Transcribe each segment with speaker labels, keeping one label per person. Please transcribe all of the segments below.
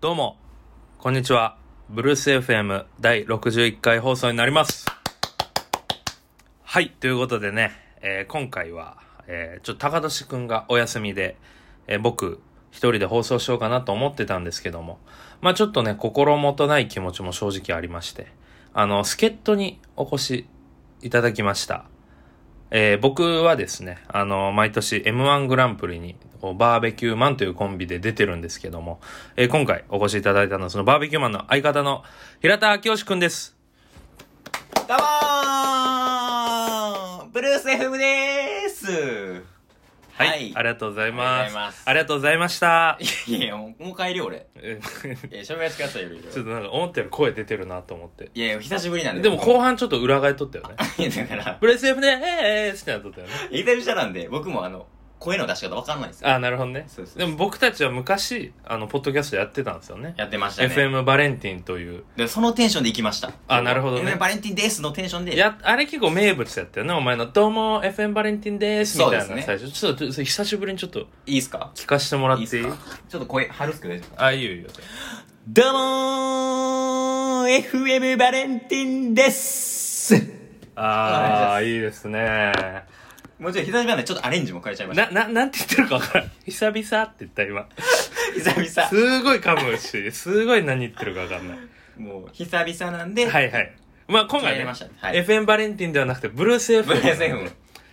Speaker 1: どうも、こんにちは。ブルース FM 第61回放送になります。はい、ということでね、えー今回は、えーちょっと高俊くんがお休みで、えー僕、一人で放送しようかなと思ってたんですけども、まあちょっとね、心もとない気持ちも正直ありまして、あの、助っ人にお越しいただきました。えー僕はですね、あの、毎年 M1 グランプリに、こうバーベキューマンというコンビで出てるんですけども、えー今回お越しいただいたのは、そのバーベキューマンの相方の平田明義くんです。
Speaker 2: どうもーブルース FM でーす
Speaker 1: はい、あ
Speaker 2: あ
Speaker 1: りがとうございます。あ
Speaker 2: あ
Speaker 1: りがとうございました。
Speaker 2: れいやいや、もうもう帰るよ俺。
Speaker 1: えー
Speaker 2: え、喋りやすくなったよ、いろいろ
Speaker 1: ちょっとなんか思ったより声出てるなと思って。
Speaker 2: いやいや、久しぶりなんで。
Speaker 1: でも後半ちょっと裏返っとったよね。
Speaker 2: いや、だから、
Speaker 1: ブレス F で、えー、えー、ってなっとったよね。
Speaker 2: イタリアなんで、僕もあの、声の出し方わかんないんですよ。
Speaker 1: あー、なるほどね。
Speaker 2: そうそうそ
Speaker 1: で
Speaker 2: う
Speaker 1: も僕たちは昔、あの、ポッドキャストやってたんですよね。
Speaker 2: やってましたね。
Speaker 1: FM バレンティンという。
Speaker 2: で、そのテンションで行きました。
Speaker 1: あなるほどね
Speaker 2: FM バレンティンですのテンションで。
Speaker 1: や、あれ結構名物やったよね。お前の、どうも、FM バレンティンです、みたいな、
Speaker 2: そうですね
Speaker 1: 最初。ちょっと、それ久しぶりにちょっと
Speaker 2: いいっすか
Speaker 1: 聞かせてもらっていい
Speaker 2: っすかちょっと声、張るっすけど大丈夫
Speaker 1: あ、いいよいいよ。
Speaker 2: どうもー !FM バレンティンです
Speaker 1: ああ、いいですね。
Speaker 2: もちろん久しぶりなんで、ちょっとアレンジも変えちゃいました。
Speaker 1: な、な、なんて言ってるかわからん。久々って言った 今。
Speaker 2: 久々。
Speaker 1: すごい噛むし、すごい何言ってるかわかんない。
Speaker 2: もう、久々なんで、
Speaker 1: はいはい。まあ今回
Speaker 2: やり
Speaker 1: ね、
Speaker 2: ましたねはい
Speaker 1: FM バレンティンではなくて、ブルース FM。
Speaker 2: ブレス FM。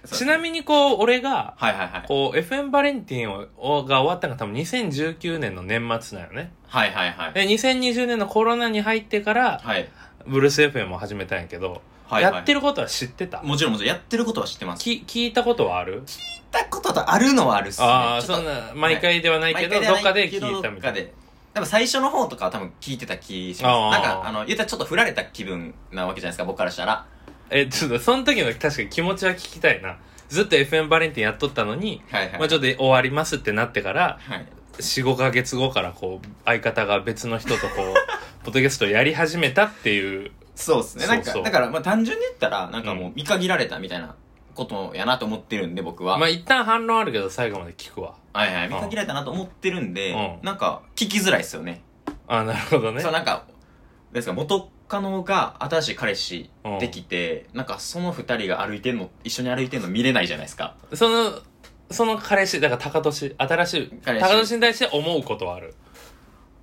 Speaker 1: ちなみにこう、俺が、
Speaker 2: はいはいはい。
Speaker 1: こう、FM バレンティンををが終わったのが多分2019年の年末なよね。
Speaker 2: はいはいはい。
Speaker 1: で、2020年のコロナに入ってから、
Speaker 2: はい。
Speaker 1: ブルース FM を始めたんやけど、
Speaker 2: はいはい
Speaker 1: やってることは知ってた
Speaker 2: もちろんもちろん、やってることは知ってます。聞い
Speaker 1: き聞いたことはある
Speaker 2: たこととあるのはあるっすね。
Speaker 1: ああ、
Speaker 2: ちょっ
Speaker 1: そ
Speaker 2: と
Speaker 1: んな、毎回ではないけど、
Speaker 2: 毎回
Speaker 1: ど
Speaker 2: は
Speaker 1: っかで
Speaker 2: けど
Speaker 1: 聞いたみたいな
Speaker 2: どっか。で。やっぱ最初の方とかは多分聞いてた気し
Speaker 1: あー
Speaker 2: ます。なんか、あの、言ったらちょっと振られた気分なわけじゃないですか、僕からしたら。
Speaker 1: え、ちょっと、その時の確かに気持ちは聞きたいな。ずっと FM バレンティンやっとったのに、
Speaker 2: はいはい。
Speaker 1: まあちょっと終わりますってなってから、
Speaker 2: はい。
Speaker 1: 4、5ヶ月後からこう、相方が別の人とこ う、ポッドキャストをやり始めたっていう。
Speaker 2: そうですね。な
Speaker 1: そ
Speaker 2: ん
Speaker 1: うそ
Speaker 2: か、
Speaker 1: う
Speaker 2: だから、まあ単純に言ったら、なんかも
Speaker 1: う
Speaker 2: う見限られたみたいなことやなと思ってるんで、僕は。
Speaker 1: まあ
Speaker 2: はい
Speaker 1: 一旦反論あるけど、最後まで聞くわ。
Speaker 2: はい。見限られたなと思ってるんで
Speaker 1: う、ん
Speaker 2: なんか、聞きづらいっすよね。
Speaker 1: あなるほどね
Speaker 2: そ。うなんかですか元カノが新しい彼氏できて、なんかその二人が歩いてんの一緒に歩いてんの見れないじゃないですか
Speaker 1: その、その彼氏、だから高俊、新しい、
Speaker 2: 彼氏
Speaker 1: 高俊に対して思うことはある。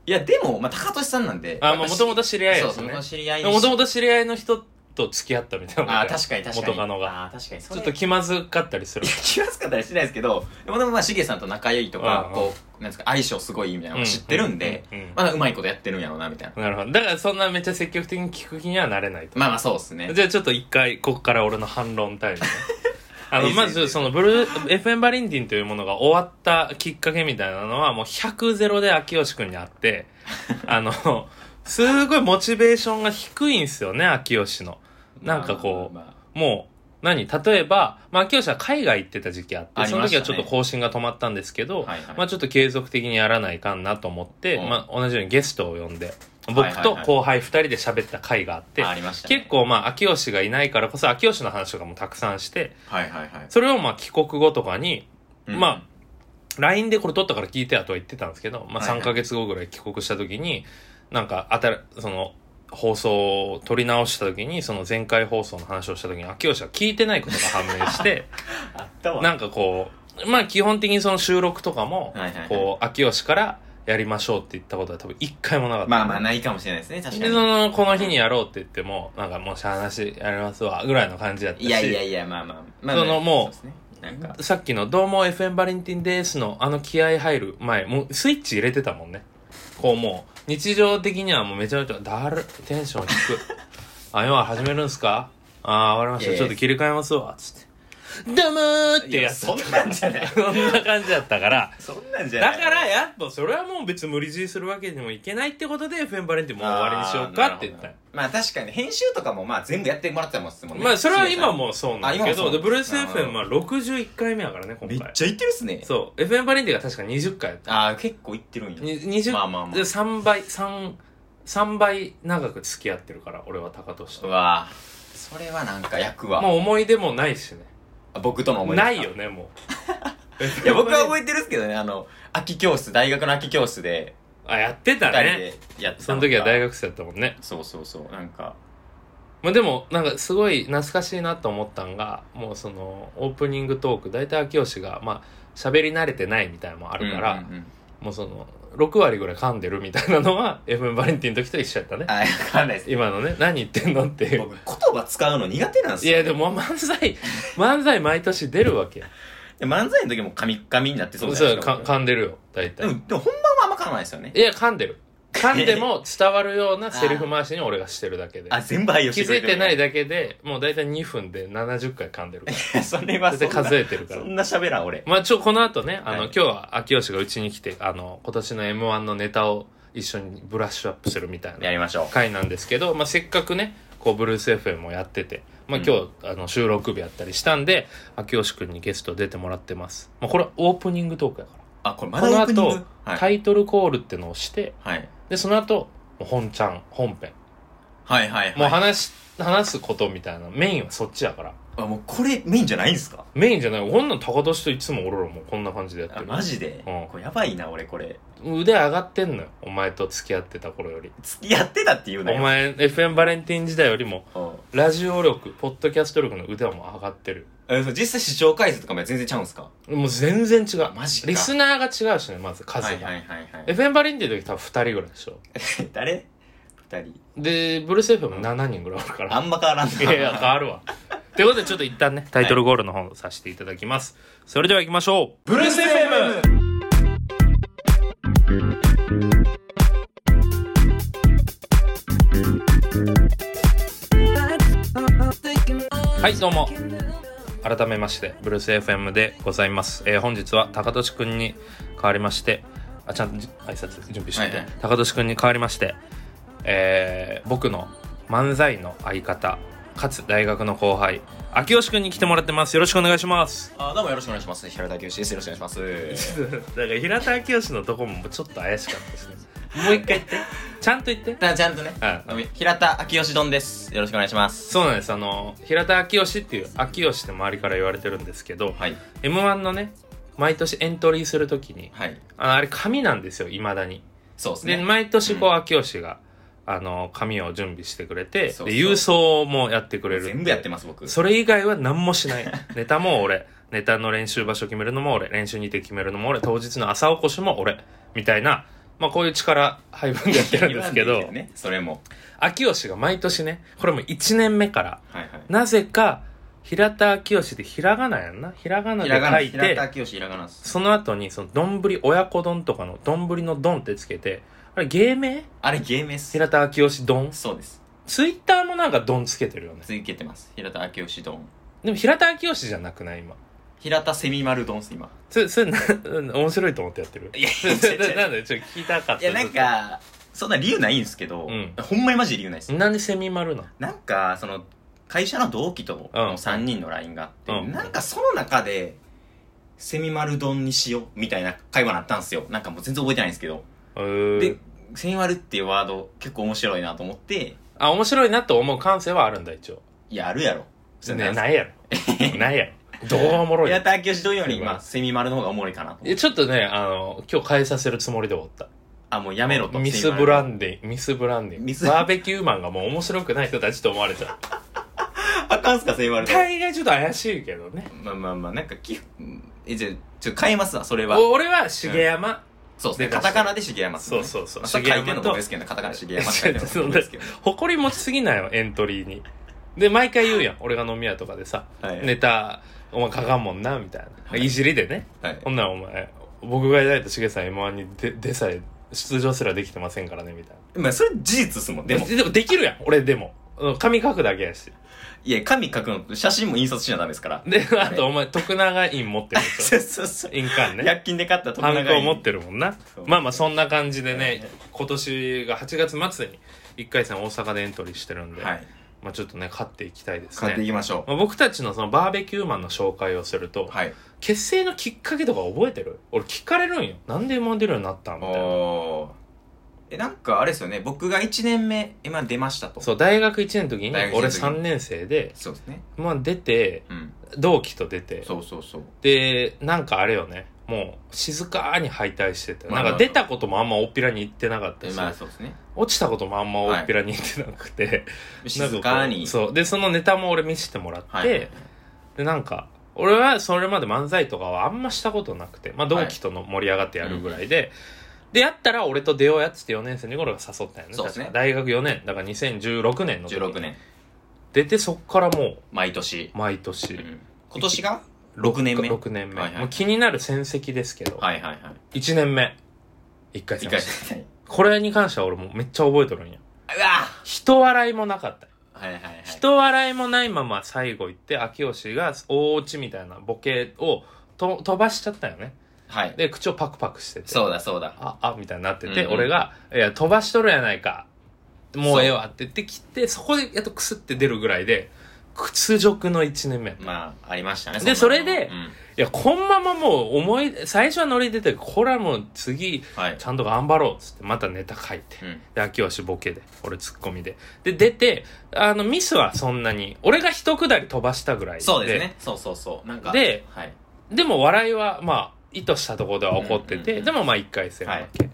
Speaker 2: いやでもまあ高俊さんなんで
Speaker 1: あ、まあもともと
Speaker 2: と
Speaker 1: 知り合い
Speaker 2: そ
Speaker 1: で
Speaker 2: う
Speaker 1: す
Speaker 2: そう
Speaker 1: ね
Speaker 2: 元々。知り合い
Speaker 1: もともと知り合いの人と付き合ったみたいな。
Speaker 2: あー確かに確かに
Speaker 1: 元カノが。
Speaker 2: あー確かにそ
Speaker 1: ちょ
Speaker 2: れ
Speaker 1: っと気まずかったりする
Speaker 2: い。や気まずかったりしないですけどでもでもまあシゲさんと仲良いと
Speaker 1: う
Speaker 2: か
Speaker 1: ん
Speaker 2: こうなんですか相性すごいいいみたいなのを知ってるんで、
Speaker 1: うんうんうんうん
Speaker 2: まだうまいことやってるんやろうなみたいな
Speaker 1: なるほど。だからそんなめっちゃ積極的に聞く気にはなれないと。
Speaker 2: まあまあそうですね
Speaker 1: じゃあちょっと一回、ここから俺の反論タイム ね。あ
Speaker 2: い
Speaker 1: の、
Speaker 2: いです
Speaker 1: ま
Speaker 2: いいで
Speaker 1: ず、
Speaker 2: す
Speaker 1: その、ブルー、FM バレンティンというものが終わったきっかけみたいなのは、もう100ゼロで秋吉くんにあ って、あの、すごいモチベーションが低いんすよね、秋吉の。なんかこう、
Speaker 2: まあまあまあ
Speaker 1: もう、何例えば、まあ、秋吉は海外行ってた時期あって、
Speaker 2: あり
Speaker 1: その
Speaker 2: ました
Speaker 1: 時
Speaker 2: ね
Speaker 1: はちょっと更新が止まったんですけど、
Speaker 2: はいはい
Speaker 1: まあ、ちょっと継続的にやらないかんなと思って、
Speaker 2: うん
Speaker 1: まあ、同じようにゲストを呼んで、
Speaker 2: は
Speaker 1: 僕
Speaker 2: いはい
Speaker 1: と
Speaker 2: はい
Speaker 1: 後輩二人で喋った回があって、
Speaker 2: あありましたね
Speaker 1: 結構まあ、秋吉がいないからこそ、秋吉の話とかもたくさんして、
Speaker 2: はいはいはい、
Speaker 1: それをまあ、帰国後とかに、
Speaker 2: うん
Speaker 1: ま LINE でこれ撮ったから聞いてやとは言ってたんですけど、まあ、
Speaker 2: はいはい
Speaker 1: 3ヶ月後ぐらい帰国した時に、なんか、あたら、その、放送を撮り直した時に、その前回放送の話をした時に、秋吉は聞いてないことが判明 して、
Speaker 2: あったわ
Speaker 1: なんかこう、まあ基本的にその収録とかも
Speaker 2: はいはいは、い
Speaker 1: こう、秋吉からやりましょうって言ったことは多分一回もなかった。
Speaker 2: まあまあないかもしれないですね確か
Speaker 1: で、
Speaker 2: に
Speaker 1: その、この日にやろうって言っても、なんかもうしゃあなしやりますわ、ぐらいの感じだったし。
Speaker 2: いやいやいや、まあまあ。まあ、
Speaker 1: そのもう
Speaker 2: そですねなんか、
Speaker 1: さっきの、どうも FM バレンティンですの、あの気合入る前、もうスイッチ入れてたもんね。こうもう、日常的にはもうめちゃめちゃ、だる、テンション低い。 あ、今始めるんすかあー、終わりまし
Speaker 2: いや
Speaker 1: た。
Speaker 2: い
Speaker 1: ち
Speaker 2: や
Speaker 1: ょっと切り替えますわ、つって。どうもーっ
Speaker 2: い
Speaker 1: てや
Speaker 2: や、
Speaker 1: つ。
Speaker 2: そんなんじゃな い。
Speaker 1: そんな感じだったから。
Speaker 2: そんなんじゃな
Speaker 1: だ
Speaker 2: い。
Speaker 1: から、やっぱそれはもう別に無理強いするわけにもいけないってことで FM バレンティンもう終わりにしようかって言ったよ
Speaker 2: まあ確かに、編集とかもまあ全部やってもらってたもんですもんね。
Speaker 1: まあそれは今もそうなんだけ
Speaker 2: あ今もそ
Speaker 1: ど、
Speaker 2: う
Speaker 1: でブルース
Speaker 2: なるほど
Speaker 1: FM は61回目やからね、今
Speaker 2: めっ
Speaker 1: 回。
Speaker 2: ちゃいってるっすね。
Speaker 1: そう。FM バレンティンが確か20回やった。
Speaker 2: ああ、結構いってるんや。
Speaker 1: に20、
Speaker 2: まあまあまあ
Speaker 1: で3倍、三三倍長く付き合ってるから、俺は高俊
Speaker 2: う
Speaker 1: と。
Speaker 2: わぁ。それはなんか役は、
Speaker 1: もう思い出もないしね。
Speaker 2: 僕との思い出
Speaker 1: ないよね、もう。
Speaker 2: いや、僕は覚えてるっすけどね、あの、秋教室、大学の秋教室で、
Speaker 1: あ、やってた
Speaker 2: 二
Speaker 1: ね。
Speaker 2: 人でやってた
Speaker 1: そ
Speaker 2: の
Speaker 1: の
Speaker 2: が
Speaker 1: 時は大学生だったもんね。
Speaker 2: そうそうそうなんか
Speaker 1: まあでも、なんかすごい懐かしいなと思ったんが、もうその、オープニングトーク、大体秋吉が、まあ、喋り慣れてないみたいなのもあるから、
Speaker 2: うんうんうん
Speaker 1: もうその、6割ぐらい噛んでるみたいなのは、エフンバレンティンの時と一緒やったね。
Speaker 2: あ分かんないです
Speaker 1: 今のね、何言ってんのっていう。
Speaker 2: 僕言葉使うの苦手なんです
Speaker 1: い
Speaker 2: よ
Speaker 1: や、でも漫 才、漫才毎年出るわけや。
Speaker 2: で漫才の時も噛み噛みになってそうじ
Speaker 1: そ、
Speaker 2: ゃないうですか
Speaker 1: か噛んでるよ、大
Speaker 2: で
Speaker 1: 体。
Speaker 2: もでも本番はあんま噛まないですよね
Speaker 1: いや、噛んでる。噛んでも伝わるようなセリフ回しに俺がしてるだけで。
Speaker 2: あ全部愛用
Speaker 1: 気
Speaker 2: して
Speaker 1: づ
Speaker 2: くれ
Speaker 1: いてない
Speaker 2: だ
Speaker 1: だけで、もう大体2分で70回噛んでるから。
Speaker 2: けそれは
Speaker 1: 大体
Speaker 2: そんな
Speaker 1: 数えてるか
Speaker 2: そ
Speaker 1: ら。
Speaker 2: んな喋らん俺
Speaker 1: まあ、ちょ、この後ね、あの、
Speaker 2: はい
Speaker 1: 今日は秋吉がうちに来て、あの、今年の M1 のネタを一緒にブラッシュアップするみたいな
Speaker 2: やりましょ
Speaker 1: 回なんですけど、まあ、せっかくね、こう、ブルース FM もやってて、まあ、今日、あの、収録日やったりしたんで、秋吉くんにゲスト出てもらってます。まあ、これはオープニングトークやか
Speaker 2: うあこれま
Speaker 1: ら。
Speaker 2: だ
Speaker 1: この
Speaker 2: オープニング
Speaker 1: 後、
Speaker 2: は
Speaker 1: タ
Speaker 2: い
Speaker 1: イトルコールってのをして、
Speaker 2: はい
Speaker 1: で、その後、もう本ちゃん、本編。
Speaker 2: はいはい
Speaker 1: もう
Speaker 2: はい
Speaker 1: 話し、話すことみたいな、メインはそっちやから。
Speaker 2: あもうこれメインじゃないんですか
Speaker 1: メインじゃない。こんなん高年といつも俺らもこんな感じでやって
Speaker 2: あ
Speaker 1: る。
Speaker 2: マジで
Speaker 1: うん
Speaker 2: これやばいな俺これ
Speaker 1: 腕上がってんのよ。お前と付き合ってた頃より。
Speaker 2: 付き合ってたっていう
Speaker 1: お
Speaker 2: なよ
Speaker 1: 前、FM バレンティン時代よりも、
Speaker 2: うん
Speaker 1: ラジオ力、ポッドキャスト力の腕はもう上がってる。
Speaker 2: えそう実際視聴回数とかも全然ちゃうんすか
Speaker 1: もう全然違う。
Speaker 2: マジか
Speaker 1: リスナーが違うしね、まず数が。
Speaker 2: はいはいはいはい
Speaker 1: FM バレンティンの時多分2人ぐらいでしょ。
Speaker 2: 誰二人
Speaker 1: で、ブルース FM も7人ぐらいあるか
Speaker 2: あ
Speaker 1: ら。
Speaker 2: んま変わらんない
Speaker 1: やいや、変わるわ。ということで、ちょっと一旦ね、タイトルゴールの方をさせていただきます。それでは行きましょう。
Speaker 2: ブルース FM!
Speaker 1: はい、どうも。改めまして、ブルース FM でございます。えー本日は高俊くんに代わりまして、あ、ちゃんとじ挨拶準備してて、
Speaker 2: はいはい
Speaker 1: 高俊くんに代わりまして、えー僕の漫才の相方、かつ大学の後輩、秋吉くんに来てもらってます。よろしくお願いします。
Speaker 2: あどうもよろしくお願いします平田清ですよろしくお願いします
Speaker 1: だから平田秋吉のとこもちょっと怪しかった ですね。もう一回言って。ちゃんと言って。
Speaker 2: だちゃんとね
Speaker 1: はい
Speaker 2: 飲み平田明義丼ですよろしくお願いします
Speaker 1: そうなんです。あの、平田秋吉っていう、秋吉って周りから言われてるんですけど、
Speaker 2: はい
Speaker 1: M1 のね、毎年エントリーするときに、
Speaker 2: はい
Speaker 1: ああれ紙なんですよ、いまだに。
Speaker 2: そうです
Speaker 1: で、
Speaker 2: ね
Speaker 1: 毎年こう、
Speaker 2: うん
Speaker 1: 秋吉が、あの、紙を準備してくれて、
Speaker 2: そう
Speaker 1: で、
Speaker 2: そう
Speaker 1: 郵送もやってくれる。
Speaker 2: 全部やってます僕
Speaker 1: それ以外は何もしない。 ネタも俺、ネタの練習場所決めるのも俺、練習にて決めるのも俺、当日の朝起こしも俺、みたいな、まあこういう力配分でやってるんです け
Speaker 2: 言わ
Speaker 1: ど
Speaker 2: ん、ねそれも
Speaker 1: 秋吉が毎年ね、これも1年目から、
Speaker 2: はいはい
Speaker 1: なぜか、平田秋吉でひらがなやんなひらがな
Speaker 2: ひ
Speaker 1: で
Speaker 2: らがな
Speaker 1: 書い
Speaker 2: 平
Speaker 1: て
Speaker 2: 田、明義ひらがなっす
Speaker 1: その後に、その、丼、親子丼とかの、丼の丼ってつけて、あれ、芸名
Speaker 2: あれ芸名っす
Speaker 1: 平田明義丼
Speaker 2: そうです
Speaker 1: ツイッターもなんか丼つけてるよね。
Speaker 2: 続けてます平田明義丼
Speaker 1: でも平田明義じゃなくない今。
Speaker 2: 平田セミマル丼っす今
Speaker 1: それ、それ、な、 面白いと思ってやってる。
Speaker 2: いや
Speaker 1: それそれ なんで、ちょっと聞いたかった。
Speaker 2: いやなんかそんな理由ないんですけど
Speaker 1: うん
Speaker 2: ほんまにマジで理由ないです
Speaker 1: ずっと、なんでセミ丸なの
Speaker 2: なんかその会社の同期と
Speaker 1: うん
Speaker 2: の3人の LINE があって、
Speaker 1: うん
Speaker 2: なんかその中でセミマル丼にしようみたいな会話になったんですよなんかもう全然覚えてないんですけど、
Speaker 1: えー
Speaker 2: でセミマルっていうワード結構面白いなと思って
Speaker 1: あ、面白いなと思う感性はあるんだ、一応。
Speaker 2: いやあるやろそ
Speaker 1: ね、ないや ろ。ないやろ。どうがおもろい
Speaker 2: や
Speaker 1: の
Speaker 2: った明どんよ
Speaker 1: セ
Speaker 2: り
Speaker 1: ミマル
Speaker 2: 今セミマルの方がおもろいかなと
Speaker 1: えちょっとね、あの、今日変えさせるつもりで終わった。
Speaker 2: あもうやめろと
Speaker 1: ミスブラ
Speaker 2: ン
Speaker 1: ンディン、ミスブランディン。
Speaker 2: ミス
Speaker 1: バーベキューマンがもう面白くない人たちと思われちゃう。
Speaker 2: あかんすかセミマル丼
Speaker 1: 大概ちょっと怪しいけどね。
Speaker 2: まあまあまあなんかきえじゃあちょっと変えますわそれは
Speaker 1: お俺は茂山、
Speaker 2: そうですね
Speaker 1: で出し
Speaker 2: カ
Speaker 1: て
Speaker 2: タカナで茂山です
Speaker 1: そう
Speaker 2: ね
Speaker 1: そうそう
Speaker 2: まあそれ
Speaker 1: 茂
Speaker 2: 書
Speaker 1: 山
Speaker 2: いてるの
Speaker 1: と
Speaker 2: もですけどねカタカナで茂山って書い てるのも僕ですけど
Speaker 1: 誇り持ちすぎないよ、エントリーに。で、毎回言うやん。俺が飲み屋とかでさ、
Speaker 2: はい
Speaker 1: ネタ、お前かかんもんな、みたいな。
Speaker 2: はい
Speaker 1: いじりでね。
Speaker 2: はい
Speaker 1: ほんならお前、僕がいないとしげさん M1 に出出さえ、出場すらできてませんからね、みたいな。
Speaker 2: まあ、それ事実っすもん。で
Speaker 1: で
Speaker 2: も
Speaker 1: も、、でもできるやん、俺でも。うん紙書くだけやし。
Speaker 2: いや、紙書くの、写真も印刷しなダメですから。
Speaker 1: で、あとお前、徳永院持ってるでし
Speaker 2: そうそうそう
Speaker 1: ょ。。印鑑ね。
Speaker 2: 100均で買った
Speaker 1: ハ
Speaker 2: 友
Speaker 1: ン
Speaker 2: 永
Speaker 1: コを
Speaker 2: に
Speaker 1: 持ってるもんな
Speaker 2: そう。
Speaker 1: まあまあそんな感じで
Speaker 2: はい
Speaker 1: ね、今年が8月末に1回戦大阪でエントリーしてるんで、
Speaker 2: はい。
Speaker 1: まあちょっとね、勝っていきたいです
Speaker 2: 買ってい
Speaker 1: ね。
Speaker 2: きましょ
Speaker 1: まあ、僕たちのそのバーベキューマンの紹介をすると、
Speaker 2: う。はい。
Speaker 1: 結成のきっかけとか覚えてる俺聞かれるんよ。なんで今出るようになったんみ
Speaker 2: お
Speaker 1: たいな。
Speaker 2: お。え、なんかあれですよね。僕が1年目、今出ましたと。
Speaker 1: そう、大学1年の時に
Speaker 2: 大学一
Speaker 1: 俺
Speaker 2: 年の時に
Speaker 1: 3年生で、
Speaker 2: そうですね。
Speaker 1: まあ出て、
Speaker 2: うん。
Speaker 1: 同期と出て、
Speaker 2: そうそうそう。
Speaker 1: で、なんかあれよね、もう静かに敗退してて、
Speaker 2: まあ
Speaker 1: なんか出たこともあんまおっぴらに言ってなかったし、
Speaker 2: まあそうですね
Speaker 1: 落ちたこともあんまおっぴらに言ってなくて、なん
Speaker 2: 静か
Speaker 1: こ
Speaker 2: に
Speaker 1: うそうでそのネタも俺見せてもらって、
Speaker 2: はいはい
Speaker 1: でなんか俺はそれまで漫才とかはあんましたことなくて、まあ、同期との盛り上がってやるぐらいで、でやったら俺と出ようやっつって4年生の頃が誘ったんやね
Speaker 2: そうですね
Speaker 1: 確か大学4年だから2016年の時
Speaker 2: 16年
Speaker 1: 出てそっからも
Speaker 2: 毎年
Speaker 1: う毎年、
Speaker 2: うん今年が6年目
Speaker 1: 6年目、
Speaker 2: はいはい
Speaker 1: もう気になる戦績ですけど、
Speaker 2: はいはいはい
Speaker 1: 1年目1回
Speaker 2: 一
Speaker 1: 戦
Speaker 2: 回しない
Speaker 1: これに関しては俺もうめっちゃ覚えとるんや
Speaker 2: うわ
Speaker 1: 人笑いもなかった
Speaker 2: はいはいはい
Speaker 1: 人笑いもないまま最後行って秋吉が大落ちみたいなボケをと飛ばしちゃったよね
Speaker 2: はい
Speaker 1: で口をパクパクしてて
Speaker 2: そうだそうだ
Speaker 1: ああみたいになってて、
Speaker 2: うんうん
Speaker 1: 俺が「いや飛ばしとるやないかもうええわ」って言ってきてそこでやっとクスって出るぐらいで屈辱の1年目い
Speaker 2: まあありましたね
Speaker 1: で
Speaker 2: んなの
Speaker 1: それで
Speaker 2: うん
Speaker 1: やこんままもう思い最初はノリ出てこれはもう次
Speaker 2: はい
Speaker 1: ちゃんと頑張ろうっつってまたネタ書いて
Speaker 2: うん
Speaker 1: で、秋吉ボケで、俺ツッコミで。で、出て、あの、ミスはそんなに、俺が一くだり飛ばしたぐらいで。
Speaker 2: そうですねそうそうそうなんか
Speaker 1: で
Speaker 2: はい
Speaker 1: でも笑いは、まあ、意図したところでは起こってて、
Speaker 2: うんうんうん
Speaker 1: でもまあ一回戦負け、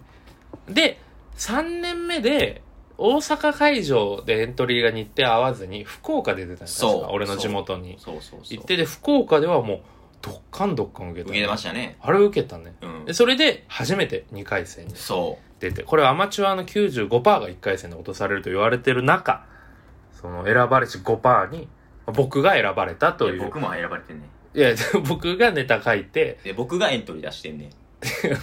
Speaker 1: で、3年目で、大阪会場でエントリーが日程合わずに、福岡で出たんです
Speaker 2: そう
Speaker 1: 俺の地元に。
Speaker 2: そうそうそう
Speaker 1: 行ってで、福岡ではもう、どっかんどっかん受けた。
Speaker 2: 受けてましたね
Speaker 1: あれ受けたね。
Speaker 2: うん
Speaker 1: でそれで、初めて2回戦に
Speaker 2: そ
Speaker 1: 出てこれはアマチュアの95%が1回戦で落とされると言われてる中その選ばれし5%に僕が選ばれた
Speaker 2: う
Speaker 1: とい
Speaker 2: いや
Speaker 1: う
Speaker 2: 僕も選ばれてんね
Speaker 1: いや 僕がネタ書いて
Speaker 2: で僕がエントリー出してんね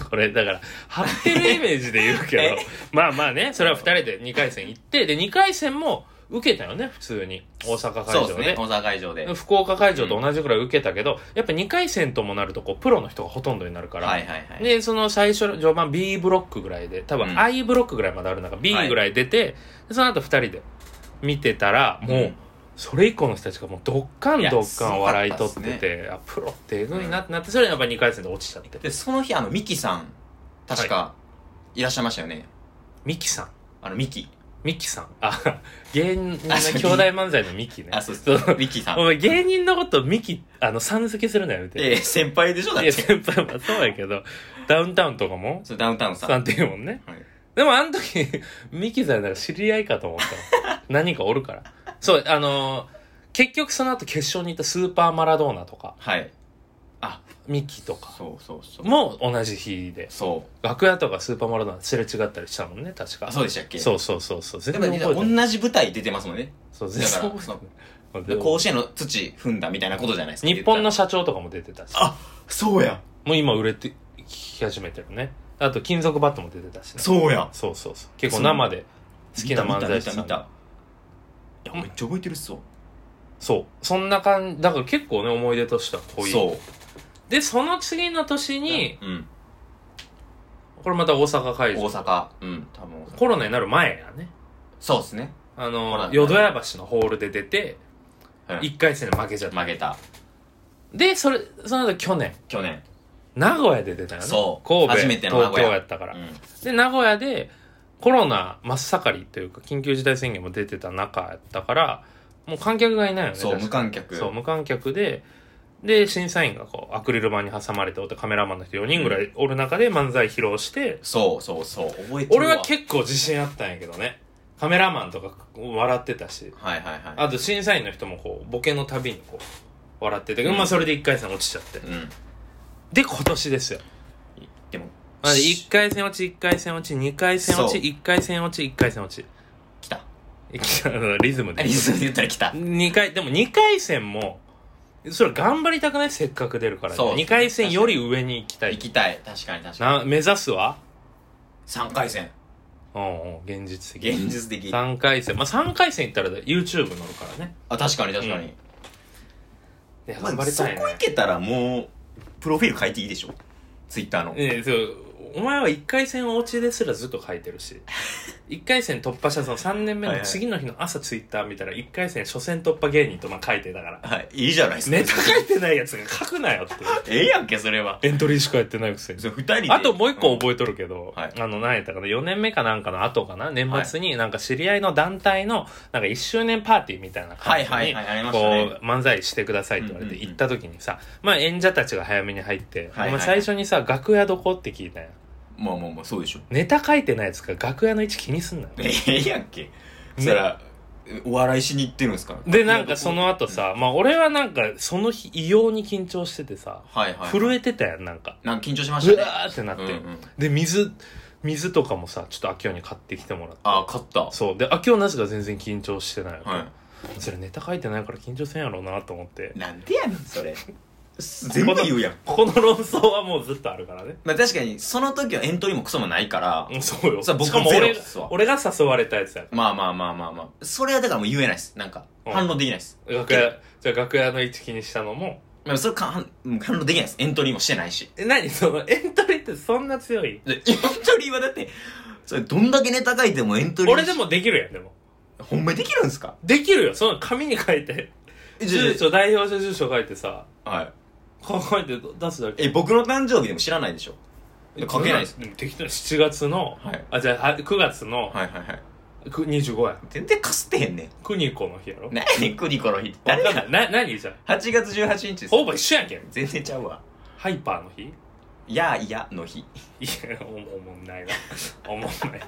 Speaker 1: これだから張ってるイメージで言うけど
Speaker 2: え
Speaker 1: まあまあねそれは2人で2回戦行ってで2回戦も受けたよね普通に大阪会
Speaker 2: そう
Speaker 1: 場
Speaker 2: です
Speaker 1: で
Speaker 2: ね大阪会場ではい
Speaker 1: 福岡会場と同じくらい受けたけど、やっぱ2回戦ともなるとこうプロの人がほとんどになるから、
Speaker 2: はいはい
Speaker 1: で、その最初の序盤 B ブロックぐらいで、多
Speaker 2: う
Speaker 1: 分
Speaker 2: ん
Speaker 1: I ブロックぐらいまである中、B ぐらい出て、でその後二人で見てたら、もう、
Speaker 2: うん
Speaker 1: それ以降の人たちがもうドッカン
Speaker 2: いや
Speaker 1: ドッカン笑い取って
Speaker 2: すごかった
Speaker 1: て、あ、プロってえぐいなってなって、それやっぱ2回戦で落ちちゃって。
Speaker 2: でその日あのミキさん確かいらっしゃいましたよね
Speaker 1: ミキさん。
Speaker 2: あのミキ
Speaker 1: ミキさん。あ、芸人の兄弟漫才のミキね。
Speaker 2: あそうそうミキさ
Speaker 1: お
Speaker 2: ん
Speaker 1: 前芸人のことミキ、あの、さん付けするのやめて。
Speaker 2: ええ先輩でしょだっ
Speaker 1: いや、
Speaker 2: て
Speaker 1: 先輩はそうやけど、ダウンタウンとかも、
Speaker 2: そうダウンタウンさん
Speaker 1: さんって言うもんね。
Speaker 2: はい
Speaker 1: でもあの時、 ミキさんなら知り合いかと思ったの何かおるから。そう、あのー結局その後決勝に行ったスーパーマラドーナとか、
Speaker 2: はい
Speaker 1: ミキとか
Speaker 2: そうそうそう
Speaker 1: も同じ日で、
Speaker 2: そう
Speaker 1: 楽屋とかスーパーマラドーナすれ違ったりしたもんね、確か。
Speaker 2: あそうでしたっけ
Speaker 1: そうそうそうそう。
Speaker 2: で
Speaker 1: 全
Speaker 2: も
Speaker 1: 然覚えてない。
Speaker 2: 同じ舞台出てますもんね
Speaker 1: そう、
Speaker 2: だ
Speaker 1: 全
Speaker 2: か
Speaker 1: 然
Speaker 2: らその
Speaker 1: 覚えてない
Speaker 2: 甲子園の土踏んだみたいなことじゃないですか
Speaker 1: 日本の社長とかも出てたし、
Speaker 2: あそうや
Speaker 1: もう今売れてき始めてるね。あと、金属バットも出てたしね。
Speaker 2: そうや
Speaker 1: そうそうそう。結構生で好きな漫才師さん
Speaker 2: 見た見た見たいやめっちゃ覚えてるっすわ
Speaker 1: そう。そんな感じ、だから結構ね、思い出としては濃い。
Speaker 2: そ
Speaker 1: で、その次の年
Speaker 2: う
Speaker 1: に、
Speaker 2: うん
Speaker 1: これまた大阪会
Speaker 2: 大
Speaker 1: 場。
Speaker 2: 阪うん多分大阪
Speaker 1: コロナになる前やね。
Speaker 2: そうですね
Speaker 1: あ
Speaker 2: コロナ
Speaker 1: の、
Speaker 2: ね
Speaker 1: 淀屋橋のホールで出て、
Speaker 2: うん
Speaker 1: 1回戦で負けちゃった。
Speaker 2: 負けた
Speaker 1: で、それ、その後去年、
Speaker 2: 去年
Speaker 1: 名古屋で出たよね。
Speaker 2: そう
Speaker 1: 神戸、
Speaker 2: 初めての名古
Speaker 1: 東
Speaker 2: 屋
Speaker 1: 京やったから。
Speaker 2: うん
Speaker 1: で、名古屋で、コロナ真っ盛りというか、緊急事態宣言も出てた中やったから、もう観客がいないよね。
Speaker 2: そう無
Speaker 1: 確か
Speaker 2: 観客
Speaker 1: そう、無観客で、で、審査員がこう、アクリル板に挟まれておって、カメラマンの人4人ぐらいおる中で漫才披露して、
Speaker 2: そうそうそう覚えて
Speaker 1: 俺
Speaker 2: るわ
Speaker 1: は結構自信あったんやけどねカメラマンとか笑ってたし
Speaker 2: はいはいはい
Speaker 1: あと審査員の人もこうボケのたびにこう笑ってて、
Speaker 2: うん
Speaker 1: まあそれで1回戦落ちちゃって
Speaker 2: うん
Speaker 1: で今年ですよ
Speaker 2: でも
Speaker 1: まあ1回戦落ち1回戦落ち2回戦落ち
Speaker 2: そう
Speaker 1: 1回戦落ち1回戦落ち
Speaker 2: 来た
Speaker 1: いきあのリズムで
Speaker 2: リズムで言ったら来た
Speaker 1: 2回でも2回戦もそれ頑張りたくないせっかく出るから、
Speaker 2: そう
Speaker 1: 2回戦より上に行きた
Speaker 2: 行
Speaker 1: い
Speaker 2: きたい確かに確かに
Speaker 1: な目指すは
Speaker 2: 3回戦
Speaker 1: うんうん現実的
Speaker 2: 現実的
Speaker 1: 3回戦まあ3回戦行ったら YouTube 乗るからね
Speaker 2: あ確かに確かに
Speaker 1: いや
Speaker 2: まあ
Speaker 1: 頑張りたいね
Speaker 2: そこ行けたらもうプロフィール書いていいでしょツイッターの
Speaker 1: ええそうお前は1回戦落ちですらずっと書いてるし1回戦突破したその3年目
Speaker 2: はい
Speaker 1: の
Speaker 2: はい
Speaker 1: 次の日の朝ツイッター見たら1回戦初戦突破芸人とまあ書いてたから
Speaker 2: はい、いいじゃないですか。
Speaker 1: ネタ書いてないやつが書くなよって
Speaker 2: ええやんけ、それは。
Speaker 1: エントリーしかやってないくせに
Speaker 2: それ二人で。
Speaker 1: あともう一個覚えとるけど、
Speaker 2: うんはい
Speaker 1: あの、何やったかな、4年目かなんかの後かな、年末になんか知り合いの団体の、なんか1周年パーティーみたいな感じに、
Speaker 2: はいはいはいありま
Speaker 1: こ
Speaker 2: し
Speaker 1: う
Speaker 2: たね、
Speaker 1: 漫才してくださいって言われて
Speaker 2: うんうんうん
Speaker 1: 行った時にさ、まあ演者たちが早めに入って、
Speaker 2: はいはいはい
Speaker 1: お前最初にさ、楽屋どこって聞いたんや。
Speaker 2: まあまあまあ、そうでしょ。
Speaker 1: ネタ書いてないやつが楽屋の位置気にすんなよ。
Speaker 2: ええやんけ。そしたら、お笑いしに行ってるんですから。
Speaker 1: で、なんかその後さ、まあ俺はなんかその日異様に緊張しててさ、
Speaker 2: はいはい。
Speaker 1: 震えてたやん、なんか。
Speaker 2: なんか緊張しまし
Speaker 1: う
Speaker 2: た
Speaker 1: わ
Speaker 2: ね。
Speaker 1: ーってなって。
Speaker 2: うんうん
Speaker 1: で、水、水とかもさ、ちょっと秋代に買ってきてもらって。
Speaker 2: ああ、勝った。
Speaker 1: そう。で、秋尾なしが全然緊張してない。
Speaker 2: は
Speaker 1: それネタ書いてないから緊張せんやろうなと思って
Speaker 2: い。。なんでやねん、それ。全部言うやん。
Speaker 1: この論争はもうずっとあるからね。
Speaker 2: まあ確かに、その時はエントリーもクソもないから、
Speaker 1: うんそうよ。
Speaker 2: さあ僕
Speaker 1: しかも
Speaker 2: ゼロ
Speaker 1: 俺
Speaker 2: っ
Speaker 1: が
Speaker 2: すわ
Speaker 1: 俺が誘われたやつやか
Speaker 2: まあまあまあまあまあ。それはだからもう言えないです。なんか、
Speaker 1: うん
Speaker 2: 反論できないです。
Speaker 1: ら。楽屋、じゃあ楽屋の位置気にしたのも。
Speaker 2: まあそれか反うん反論できないです。エントリーもしてないし。
Speaker 1: え、何 そのエントリーってそんな強い
Speaker 2: でエントリーはだって、それどんだけネタ書いてもエントリー。
Speaker 1: 俺で、もできるやん、でも。
Speaker 2: ほんまにできるんですか
Speaker 1: できるよ。その紙に書いて。住所、代表者住所書いてさ、
Speaker 2: はい。
Speaker 1: こう書いて出すだけ。
Speaker 2: え、僕の誕生日でも知らないでしょ書けないです。
Speaker 1: うん適当に7月の、
Speaker 2: はい
Speaker 1: あ、じゃあは9月の、
Speaker 2: はいはいはい。
Speaker 1: く25や。
Speaker 2: 全然かすってへんねん。
Speaker 1: クニコの日やろ。
Speaker 2: 何やねん、クニコの日。 誰
Speaker 1: わ
Speaker 2: が
Speaker 1: かんないな、何じゃん。
Speaker 2: ?8 月18日です。
Speaker 1: ほぼ一緒やんけん。
Speaker 2: 全然ちゃうわ。
Speaker 1: ハイパーの日い
Speaker 2: やーいやの日。
Speaker 1: や、おもおもん ないな。おもんないな。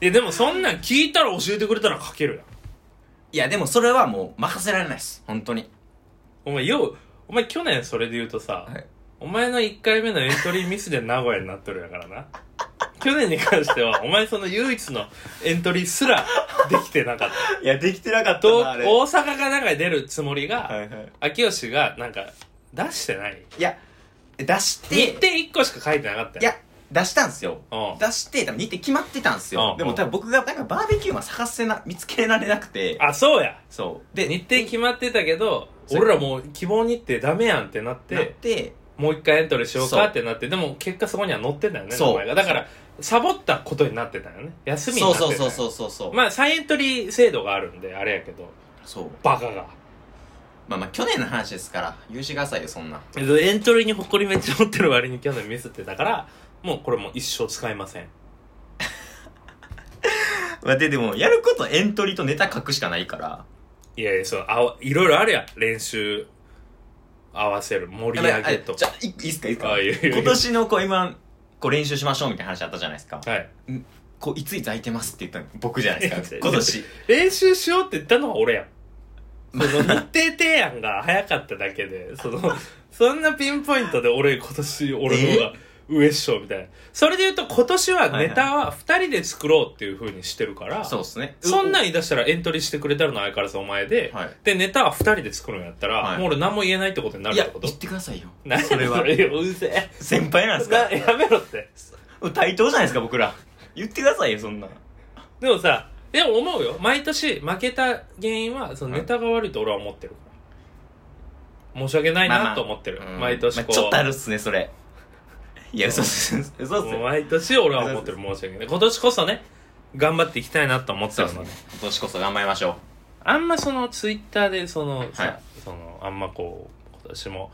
Speaker 1: え、でもそんなん聞いたら教えてくれたら書けるやん。
Speaker 2: いや、でもそれはもう任せられないです。本当に。
Speaker 1: お前、よう、お前去年それで言うとさ、
Speaker 2: はい
Speaker 1: お前の1回目のエントリーミスで名古屋になっとるやからな。去年に関しては、お前その唯一のエントリーすらできてなかっ。
Speaker 2: いや、できてなかった
Speaker 1: と、
Speaker 2: な、あ
Speaker 1: 大
Speaker 2: れ。
Speaker 1: 阪かなんかに出るつもり
Speaker 2: は
Speaker 1: が、
Speaker 2: いはい。
Speaker 1: 秋吉がなんか出してない。
Speaker 2: いや、出して、
Speaker 1: 日程1個しか書いてなかった
Speaker 2: いや、出したんすよ。
Speaker 1: うん
Speaker 2: 出して、多分日程決まってたん
Speaker 1: う
Speaker 2: すよ
Speaker 1: ん。
Speaker 2: でも多分僕がなんかバーベキューマン探せな、見つけられなくて。
Speaker 1: あ、そうや
Speaker 2: そう。
Speaker 1: で、
Speaker 2: で、
Speaker 1: 日程決まってたけど、
Speaker 2: そう
Speaker 1: 俺らもう希望日程ダメやんってなっ、
Speaker 2: なってて、
Speaker 1: もう一回エントリーしよう
Speaker 2: そう
Speaker 1: かってなって、でも結果そこには載ってんだよね、
Speaker 2: そう
Speaker 1: 名前が。だから、サボったことになってたよね。休みにな
Speaker 2: そう
Speaker 1: ってたよ
Speaker 2: そ
Speaker 1: ね
Speaker 2: うそうそうそうそう。
Speaker 1: まあ、再エントリー制度があるんで、あれやけど、
Speaker 2: そう。
Speaker 1: バカが。
Speaker 2: まあまあ、去年の話ですから、許してくださいよ、そんな。
Speaker 1: えっとエントリーに誇りめっちゃ持ってる割に去年ミスってたから、もうこれもう一生使いません。
Speaker 2: まあ、で、でも、やることエントリーとネタ書くしかないから。
Speaker 1: いやいや、そう、あわいろいろあるやん。練習、合わせる、盛り上げと
Speaker 2: あじ。ゃあ、いいいっすか、いいっすか。
Speaker 1: あいいよいいよ
Speaker 2: 今年のこう、今、こう練習しましょうみたいな話あったじゃないですか。
Speaker 1: はい。
Speaker 2: こう、いついつ空いてますって言ったの、僕じゃないですか、今年。
Speaker 1: 練習しようって言ったのは俺やん。その日程提案が早かっただけで、その、そんなピンポイントで俺今年俺の方が上っしょみたいな。それで言うと今年はネタは二人で作ろうっていう風にしてるから、
Speaker 2: そうですね。
Speaker 1: そんなん言い出したらエントリーしてくれたのは相変わらずお前で、
Speaker 2: はい
Speaker 1: で、ネタは二人で作るんやったら、
Speaker 2: はい
Speaker 1: もう俺何も言えないってことになる
Speaker 2: い
Speaker 1: っ
Speaker 2: や
Speaker 1: てこ、と
Speaker 2: 言ってくださいよ。
Speaker 1: 何
Speaker 2: それは
Speaker 1: それうるせえ。
Speaker 2: 先輩なんです
Speaker 1: な
Speaker 2: か
Speaker 1: やめろって。
Speaker 2: 対等じゃないですか、僕ら。言ってくださいよ、そんな。
Speaker 1: でもさ、でも思うよ。毎年負けた原因は、そのネタが悪いと俺は思ってるから。申し訳ない
Speaker 2: まあま
Speaker 1: な
Speaker 2: あ
Speaker 1: と思ってる。
Speaker 2: うん
Speaker 1: 毎年
Speaker 2: まあ
Speaker 1: こ
Speaker 2: ちょっ
Speaker 1: う。
Speaker 2: とあるっすね、それ。いや、嘘っす。嘘
Speaker 1: もう
Speaker 2: っすね。
Speaker 1: 毎年俺は思ってる。申し訳ない。今年こそね、頑張っていきたいなと思って
Speaker 2: そう
Speaker 1: た
Speaker 2: っす
Speaker 1: の
Speaker 2: ね
Speaker 1: で。。
Speaker 2: 今年こそ頑張りましょ
Speaker 1: あんまそのツイッターで、そのさ、
Speaker 2: はい
Speaker 1: その、あんまこう、今年も、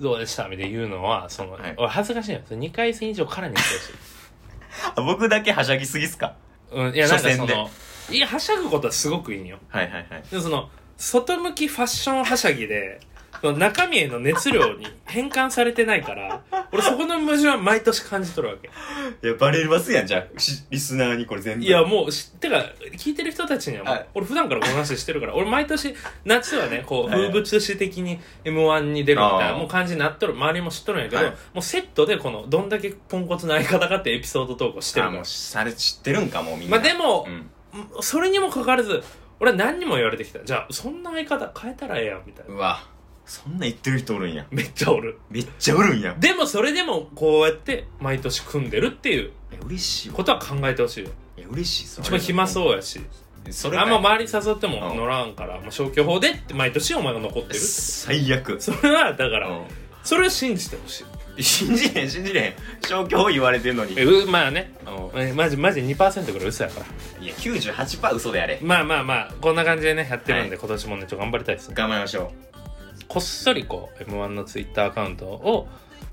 Speaker 1: どうでしたみたいな言うのは、その、
Speaker 2: はい
Speaker 1: 俺恥ずかしいよ。その2回戦以上からにしてほしい。
Speaker 2: う。あ僕だけはしゃぎすぎっすか
Speaker 1: うん、いや、なんかそ
Speaker 2: 初戦
Speaker 1: の、いや、はしゃぐことはすごくいいんよ。
Speaker 2: はいはいはい。
Speaker 1: でもその外向きファッションはしゃぎでその中身への熱量に変換されてないから俺そこの矛盾は毎年感じとるわけ
Speaker 2: いや、バレますやん、じゃあ。しリスナーにこれ全部。
Speaker 1: いや、もうしってか聞いてる人たちにはもう、
Speaker 2: はい
Speaker 1: 俺普段からお話ししてるから俺毎年夏はねこう
Speaker 2: はい
Speaker 1: 風物詩的に m 1に出るみたい
Speaker 2: あ
Speaker 1: な
Speaker 2: ー
Speaker 1: もう感じになっとる周りも知っとるんやけど、
Speaker 2: はい
Speaker 1: もうセットでこのどんだけポンコツな相方かってエピソード投稿してる
Speaker 2: あ
Speaker 1: か
Speaker 2: も
Speaker 1: ら
Speaker 2: う、され、知ってるんか、もうみん
Speaker 1: ま
Speaker 2: な。
Speaker 1: あでも
Speaker 2: う、ん。
Speaker 1: それにもかかわらず俺は何にも言われてきたじゃあそんな相方変えたらええやんみたいうな
Speaker 2: わ。そんな言ってる人おるんや。
Speaker 1: めっちゃおる
Speaker 2: めっちゃおるんや。
Speaker 1: でもそれでもこうやって毎年組んでるっていう
Speaker 2: いや、嬉しいわ。
Speaker 1: ことは考えてほしいよ。
Speaker 2: いや、嬉しいっす。
Speaker 1: 一番暇そうやし。
Speaker 2: う。それ
Speaker 1: あんま
Speaker 2: ま
Speaker 1: 周り誘っても乗らんから、もう消去法でって毎年お前が残ってるって。
Speaker 2: 最悪。
Speaker 1: それはだから、
Speaker 2: うん
Speaker 1: それを信じてほしい。
Speaker 2: 信じれへん信じれへん消去法言われてんのに
Speaker 1: えうまあね
Speaker 2: う
Speaker 1: えマジマジ2%ぐらい嘘やから
Speaker 2: んいや98%嘘であれ
Speaker 1: まあまあまあこんな感じでねやってるんで、
Speaker 2: はい
Speaker 1: 今年もねちょっと頑張りたいですね
Speaker 2: 頑張りましょ
Speaker 1: こっそりこう m 1のツイッターアカウントを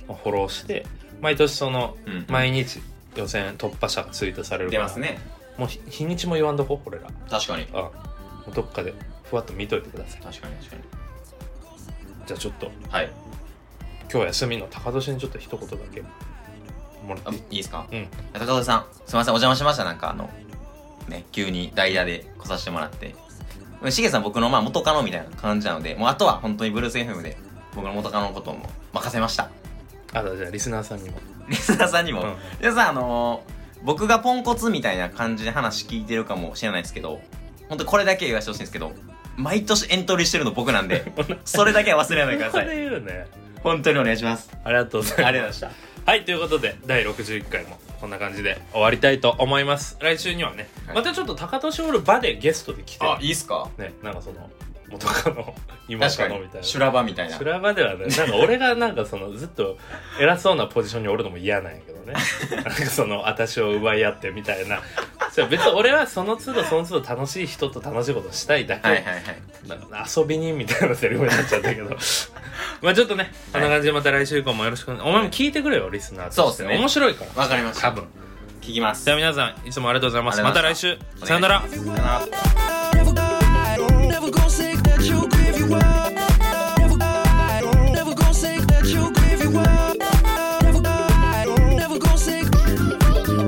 Speaker 1: フォローして毎年その
Speaker 2: う、うん
Speaker 1: 毎日予選突破者がツイートされるか
Speaker 2: 出
Speaker 1: ら
Speaker 2: ますね
Speaker 1: もう日日にちも言わんとこ俺ら
Speaker 2: 確かに
Speaker 1: あもうどっかでふわっと見といてください
Speaker 2: 確かに確かに
Speaker 1: じゃあちょっと
Speaker 2: はい
Speaker 1: 今日休みの高年にちょっと一言だけもらっ
Speaker 2: あ
Speaker 1: て
Speaker 2: いいですか
Speaker 1: うん
Speaker 2: 高田さんすみませんお邪魔しましたなんかあのね急に代打で来させてもらってしげさん僕のまあ元カノみたいな感じなのでもうあとは本当にブルース FM で僕の元カノのことも任せました
Speaker 1: あとじゃあリスナーさんにも、
Speaker 2: リスナーさんにも、
Speaker 1: うん
Speaker 2: 皆さんあのー僕がポンコツみたいな感じで話聞いてるかもしれないですけど本当これだけ言わせてほしいんですけど毎年エントリーしてるの僕なん でそれだけは忘れないでくだ
Speaker 1: こ
Speaker 2: さ
Speaker 1: れ
Speaker 2: い
Speaker 1: 言うね
Speaker 2: 本当にお願いします
Speaker 1: ありがとうございま
Speaker 2: あり
Speaker 1: す
Speaker 2: がとうございまし
Speaker 1: はい、ということで、第61回もこんな感じで終わりたいと思います。来週にはね、
Speaker 2: はい
Speaker 1: またちょっと高年オール場でゲストで来て、
Speaker 2: たあいいっすか
Speaker 1: ね、なんかその、元カノ、今
Speaker 2: 確か
Speaker 1: カノみ
Speaker 2: に
Speaker 1: たいな。
Speaker 2: 修
Speaker 1: 修
Speaker 2: 羅場みたいな
Speaker 1: 羅場ではね、なんか俺がなんかその、ずっと偉そうなポジションにおるのも嫌なんやけど ね。なんかその、私を奪い合ってみたいな。それ別に俺はその都度その都度楽しい人と楽しいことしたいだけ。
Speaker 2: はいはいはい
Speaker 1: なんか遊び人みたいなセリフになっちゃったけ どまあちょっとねこんな感じでまた来週以降もよろしくお前も聞いてくれよリスナーとして
Speaker 2: そうっすね
Speaker 1: 面白いから
Speaker 2: わかりました
Speaker 1: 多分
Speaker 2: 聞きます
Speaker 1: じゃあ皆さんいつもありがとうございます
Speaker 2: あ
Speaker 1: ま
Speaker 2: り
Speaker 1: た
Speaker 2: がとう
Speaker 1: 来
Speaker 2: ござ
Speaker 1: 週
Speaker 2: い
Speaker 1: さよなら
Speaker 2: お願いしますさよなら
Speaker 3: Never gonna, never gonna say that you give you up. Never gonna, never gonna say that you give you up. Never gonna, never gonna say.